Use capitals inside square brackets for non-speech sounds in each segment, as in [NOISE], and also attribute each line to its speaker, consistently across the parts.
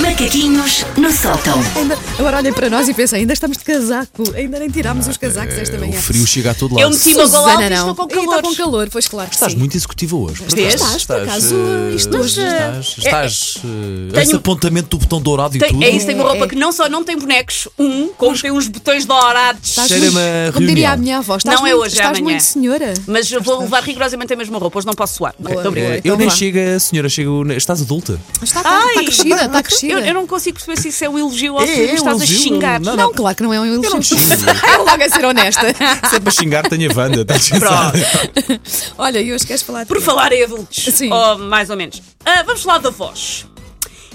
Speaker 1: Macaquinhos no sótão.
Speaker 2: Ainda- agora olhem para nós e pensem, ainda estamos de casaco, ainda nem tirámos os casacos esta
Speaker 3: É, O
Speaker 2: manhã.
Speaker 3: frio chega a todo lado.
Speaker 4: é Eu meti uma galocha
Speaker 2: Susana,
Speaker 4: e estou
Speaker 2: não.
Speaker 4: com
Speaker 2: E está
Speaker 4: calor.
Speaker 2: com calor, pois claro que
Speaker 3: Estás
Speaker 2: sim.
Speaker 3: muito executiva hoje. por
Speaker 4: Vês?
Speaker 3: acaso.
Speaker 2: Estás, por acaso,
Speaker 3: eh,
Speaker 2: isto
Speaker 3: estás,
Speaker 4: hoje, eh,
Speaker 3: estás, estás, eh, esse
Speaker 4: tenho- um-
Speaker 3: apontamento do botão dourado e
Speaker 4: Tem-
Speaker 3: tudo.
Speaker 4: é isso, tem uma
Speaker 2: É,
Speaker 4: roupa
Speaker 2: é.
Speaker 4: que não só não tem bonecos, um, como tem uns botões dourados.
Speaker 2: Estás
Speaker 3: Cheira-me
Speaker 2: muito-
Speaker 3: a
Speaker 2: como diria
Speaker 3: reunião.
Speaker 2: a minha avó, estás
Speaker 4: Não é
Speaker 2: muito,
Speaker 4: hoje, é
Speaker 2: estás
Speaker 4: amanhã.
Speaker 2: muito senhora.
Speaker 4: Mas eu vou levar rigorosamente a mesma roupa, hoje não posso suar. Muito
Speaker 3: Eh,
Speaker 4: obrigada.
Speaker 3: eu
Speaker 2: Então
Speaker 3: nem Tá,
Speaker 2: vá.
Speaker 3: chega, senhora, chego. Estás adulta?
Speaker 2: Está, está, está
Speaker 4: Ai,
Speaker 2: crescida, está crescida.
Speaker 4: Eu, eu não consigo perceber se isso é um elogio ou
Speaker 3: É,
Speaker 4: se
Speaker 3: é
Speaker 4: me
Speaker 3: um
Speaker 4: estás a
Speaker 3: elogio,
Speaker 4: xingar.
Speaker 3: não,
Speaker 2: Não, claro que não é um elogio. [LAUGHS]
Speaker 3: xingo.
Speaker 2: É logo a ser
Speaker 4: [LAUGHS]
Speaker 2: honesta.
Speaker 3: Se é para xingar, tenho a Wanda. estás a pensar?
Speaker 4: Pronto.
Speaker 2: Olha, e hoje queres falar de
Speaker 4: Por
Speaker 2: quê?
Speaker 4: falar em adultos.
Speaker 2: Sim.
Speaker 4: Ou mais ou menos. Ah, vamos falar da voz.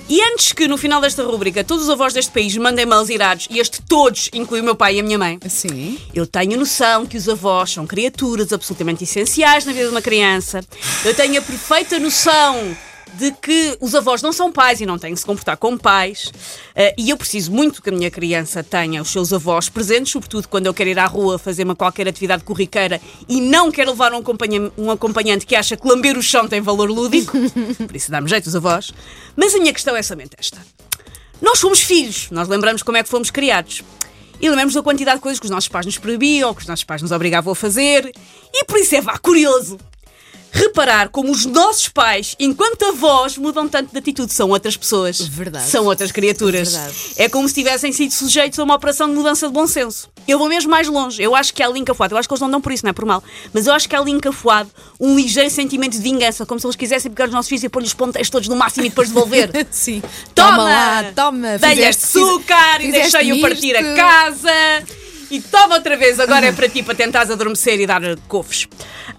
Speaker 4: E antes que no final desta rubrica todos os avós deste país mandem mails irados, e este todos inclui o meu pai e a minha mãe, [LAUGHS]
Speaker 2: Sim.
Speaker 4: Eu tenho noção que os avós são criaturas absolutamente essenciais na vida de uma criança. Eu tenho a perfeita noção de que os avós não são pais e não têm que se comportar como pais. Eh, e eu preciso muito que a minha criança tenha os seus avós presentes, sobretudo quando eu quero ir à rua fazer uma qualquer atividade corriqueira e não quero levar um, acompanha- um acompanhante que acha que lamber o chão tem valor lúdico. Por isso dá-me jeito os avós. Mas a minha questão é somente esta. Nós fomos filhos, nós lembramos como é que fomos criados. E lembramos da quantidade de coisas que os nossos pais nos proibiam, que os nossos pais nos obrigavam a fazer. E por isso é vá curioso reparar como os nossos pais, enquanto avós, mudam tanto de atitude. São outras pessoas.
Speaker 2: Verdade.
Speaker 4: São outras criaturas.
Speaker 2: Verdade.
Speaker 4: É como se tivessem sido sujeitos a uma operação de mudança de bom senso. Eu vou mesmo mais longe. Eu acho que é há ali encafuado. Eu acho que eles não dão por isso, não é por mal. Mas eu acho que há ali encafuado um ligeiro sentimento de vingança, como se eles quisessem pegar os nossos filhos e pôr-lhes os ponteiros todos no máximo e
Speaker 2: [LAUGHS]
Speaker 4: depois devolver.
Speaker 2: Sim.
Speaker 4: Toma,
Speaker 2: lá, toma.
Speaker 4: Dei-lhe
Speaker 2: fizeste-
Speaker 4: açúcar e
Speaker 2: fizeste
Speaker 4: deixei-o partir a
Speaker 2: isto.
Speaker 4: casa. E toma outra vez, agora é para ti, para tentares adormecer e dar cofres.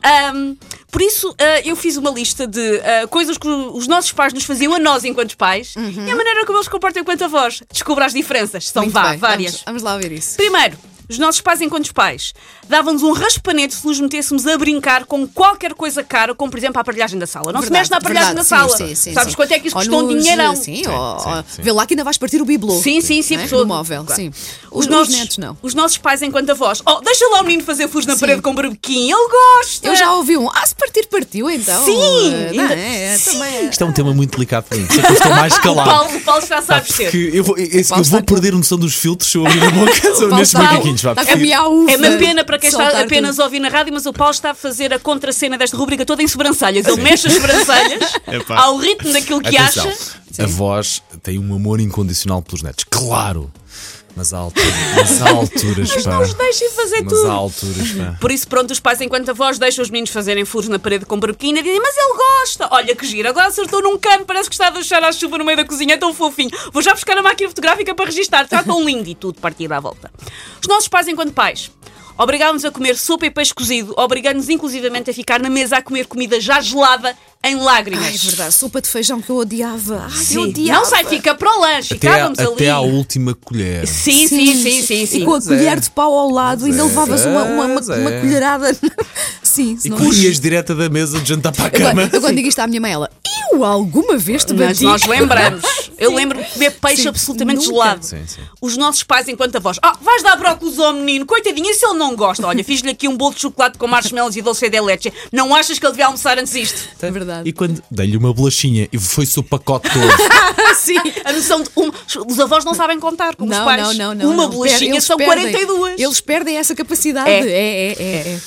Speaker 4: Ahm, por isso, ah, eu fiz uma lista de ah, coisas que os nossos pais nos faziam a nós enquanto pais e a maneira como eles se comportam enquanto avós. Descubra as diferenças. São
Speaker 2: Uhum. Muito
Speaker 4: vá,
Speaker 2: bem,
Speaker 4: várias.
Speaker 2: Vamos, vamos lá ver isso.
Speaker 4: Primeiro, os nossos pais, enquanto pais, davam-nos um raspanete se nos metêssemos a brincar com qualquer coisa cara, como por exemplo a aparelhagem da sala. Não se mexe na aparelhagem da
Speaker 2: verdade.
Speaker 4: sala.
Speaker 2: Sim, sim,
Speaker 4: Sabes
Speaker 2: sim.
Speaker 4: quanto é que isso
Speaker 2: Ou
Speaker 4: custou um
Speaker 2: nos-
Speaker 4: dinheirão?
Speaker 2: Sim,
Speaker 3: Sim,
Speaker 2: ou,
Speaker 3: sim,
Speaker 2: ou-
Speaker 3: sim.
Speaker 2: vê lá que ainda vais partir o bibelô.
Speaker 4: Sim, sim, sim,
Speaker 2: Não é?
Speaker 4: pessoa-
Speaker 2: Do móvel, sim.
Speaker 4: Os, nossos,
Speaker 2: netos não.
Speaker 4: Os nossos pais, enquanto avós. Oh, deixa lá o menino fazer furos na
Speaker 2: Sim.
Speaker 4: parede com barbequim. Ele gosta.
Speaker 2: Eu já ouvi um. Ah, se partir, partiu então.
Speaker 4: Sim,
Speaker 2: Eh, Não,
Speaker 4: ainda-
Speaker 2: é, é,
Speaker 4: sim. Ah,
Speaker 2: também é.
Speaker 3: Isto é um tema muito delicado para mim. por isso é que eu Estou mais
Speaker 4: [LAUGHS] O
Speaker 3: calado.
Speaker 4: Paulo, o Paulo já
Speaker 3: Pá,
Speaker 4: sabe ser.
Speaker 3: Porque eu vou, eu- eu-
Speaker 2: Paulo
Speaker 3: eu vou
Speaker 2: está com-
Speaker 3: perder noção dos filtros se eu abrir a
Speaker 4: [LAUGHS]
Speaker 3: boca sobre nestes
Speaker 2: Paulo está-
Speaker 3: macaquinhos. vá,
Speaker 2: está
Speaker 3: porque-
Speaker 2: com a minha uva.
Speaker 4: É uma pena para quem está
Speaker 2: Soltar
Speaker 4: apenas
Speaker 2: tudo.
Speaker 4: a ouvir na rádio, mas o Paulo está a fazer a contracena desta rubrica toda em sobrancelhas. Ele mexe as sobrancelhas
Speaker 3: [LAUGHS] Epá.
Speaker 4: ao ritmo daquilo que
Speaker 3: Atenção,
Speaker 4: acha.
Speaker 3: a voz tem um amor incondicional pelos netos, claro. Mas há alturas, mas há alturas, pá.
Speaker 4: Não os deixem fazer
Speaker 3: Mas há
Speaker 4: tudo.
Speaker 3: alturas, pá.
Speaker 4: Por isso, pronto, os pais, enquanto avós, deixam os meninos fazerem furos na parede com barbequina e dizem: Mas ele gosta! Olha que giro, agora acertou num cano, parece que está a deixar a chuva no meio da cozinha, é tão fofinho. Vou já buscar a máquina fotográfica para registar, está tão lindo e tudo partido à volta. Os nossos pais, enquanto pais, obrigavam-nos a comer sopa e peixe cozido, obrigando-nos inclusivamente a ficar na mesa a comer comida já gelada em lágrimas.
Speaker 2: Ai, é verdade. Sopa de feijão que eu odiava. Ai, eu
Speaker 4: Sim.
Speaker 2: odiava.
Speaker 4: Não sai, fica para o lanche,
Speaker 3: Até, à-
Speaker 4: ficávamos ali.
Speaker 3: até à última colher.
Speaker 4: Sim, sim, sim, sim, sim.
Speaker 2: E com a
Speaker 3: Pois
Speaker 2: colher
Speaker 3: é.
Speaker 2: de pau ao lado, ainda
Speaker 3: é,
Speaker 2: levavas uma, uma, uma,
Speaker 3: pois é.
Speaker 2: uma colherada. Sim,
Speaker 3: E
Speaker 2: senão-
Speaker 3: corrias direta da mesa de jantar para a
Speaker 2: Eu,
Speaker 3: cama.
Speaker 2: eu quando digo isto à minha mãe, ela, eu alguma vez te
Speaker 4: Mas
Speaker 2: bati?
Speaker 4: nós lembramos. Eu lembro-me de comer peixe
Speaker 2: Sim,
Speaker 4: absolutamente
Speaker 2: nunca.
Speaker 4: gelado.
Speaker 3: Sim, sim.
Speaker 4: Os nossos pais, enquanto avós, ah, vais dar brócolis ao menino, coitadinho, e se ele não gosta? Olha, fiz-lhe aqui um bolo de chocolate com marshmallows e doce de leite. Não achas que ele devia almoçar antes disto?
Speaker 2: É verdade.
Speaker 3: E quando dei-lhe uma bolachinha e foi-se o pacote todo.
Speaker 2: Ah, [LAUGHS] sim.
Speaker 4: A noção de. um- Os avós não sabem contar, como os
Speaker 2: Não,
Speaker 4: pais.
Speaker 2: não, não, não.
Speaker 4: Uma
Speaker 2: não. Perdem-
Speaker 4: bolachinha
Speaker 2: eles
Speaker 4: são
Speaker 2: perdem.
Speaker 4: 42.
Speaker 2: Eles perdem essa capacidade.
Speaker 4: É.
Speaker 2: É, é, é. é.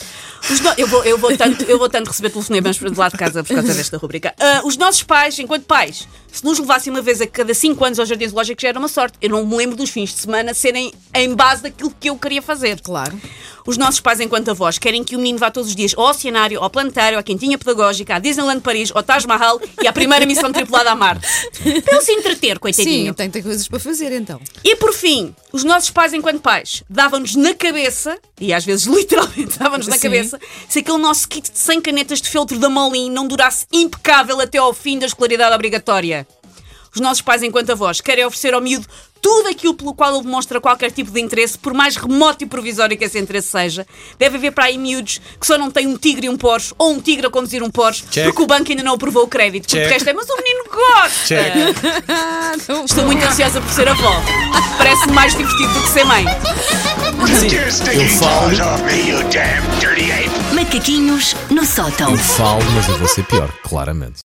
Speaker 4: Os no- eu, vou, eu, vou tanto, eu vou tanto receber telefonemas de lá de casa por causa desta rubrica. Ah, os nossos pais, enquanto pais, se nos levassem uma vez a cada 5 anos ao Jardim Zoológico, já era uma sorte. Eu não me lembro dos fins de semana serem em base daquilo que eu queria fazer.
Speaker 2: Claro.
Speaker 4: Os nossos pais, enquanto avós, querem que o menino vá todos os dias ao Oceanário, ao Planetário, à Quintinha Pedagógica, à Disneyland Paris, ao Taj Mahal e à primeira missão tripulada a Marte. Para ele se entreter, coitadinho.
Speaker 2: Sim, tem, tem coisas para fazer então.
Speaker 4: E por fim, os nossos pais, enquanto pais, davam-nos na cabeça, e às vezes [LAUGHS] literalmente davam-nos na
Speaker 2: Sim.
Speaker 4: cabeça, se aquele nosso kit de 100 canetas de feltro da Molin não durasse impecável até ao fim da escolaridade obrigatória. Os nossos pais, enquanto avós, querem oferecer ao miúdo tudo aquilo pelo qual ele demonstra qualquer tipo de interesse, por mais remoto e provisório que esse interesse seja. Deve haver para aí miúdos que só não têm um tigre e um Porsche, ou um tigre a conduzir um Porsche,
Speaker 3: Check.
Speaker 4: porque o banco ainda não aprovou o crédito. Porque
Speaker 3: Check.
Speaker 4: de resto é, mas o menino gosta!
Speaker 3: Check.
Speaker 2: Ah, não.
Speaker 4: Estou muito ansiosa por ser avó. Parece mais divertido do que ser mãe.
Speaker 5: Take your stinking paws off me, you damn dirty ape!
Speaker 1: Macaquinhos no sótão.
Speaker 3: Eu falo, mas eu vou ser pior, claramente.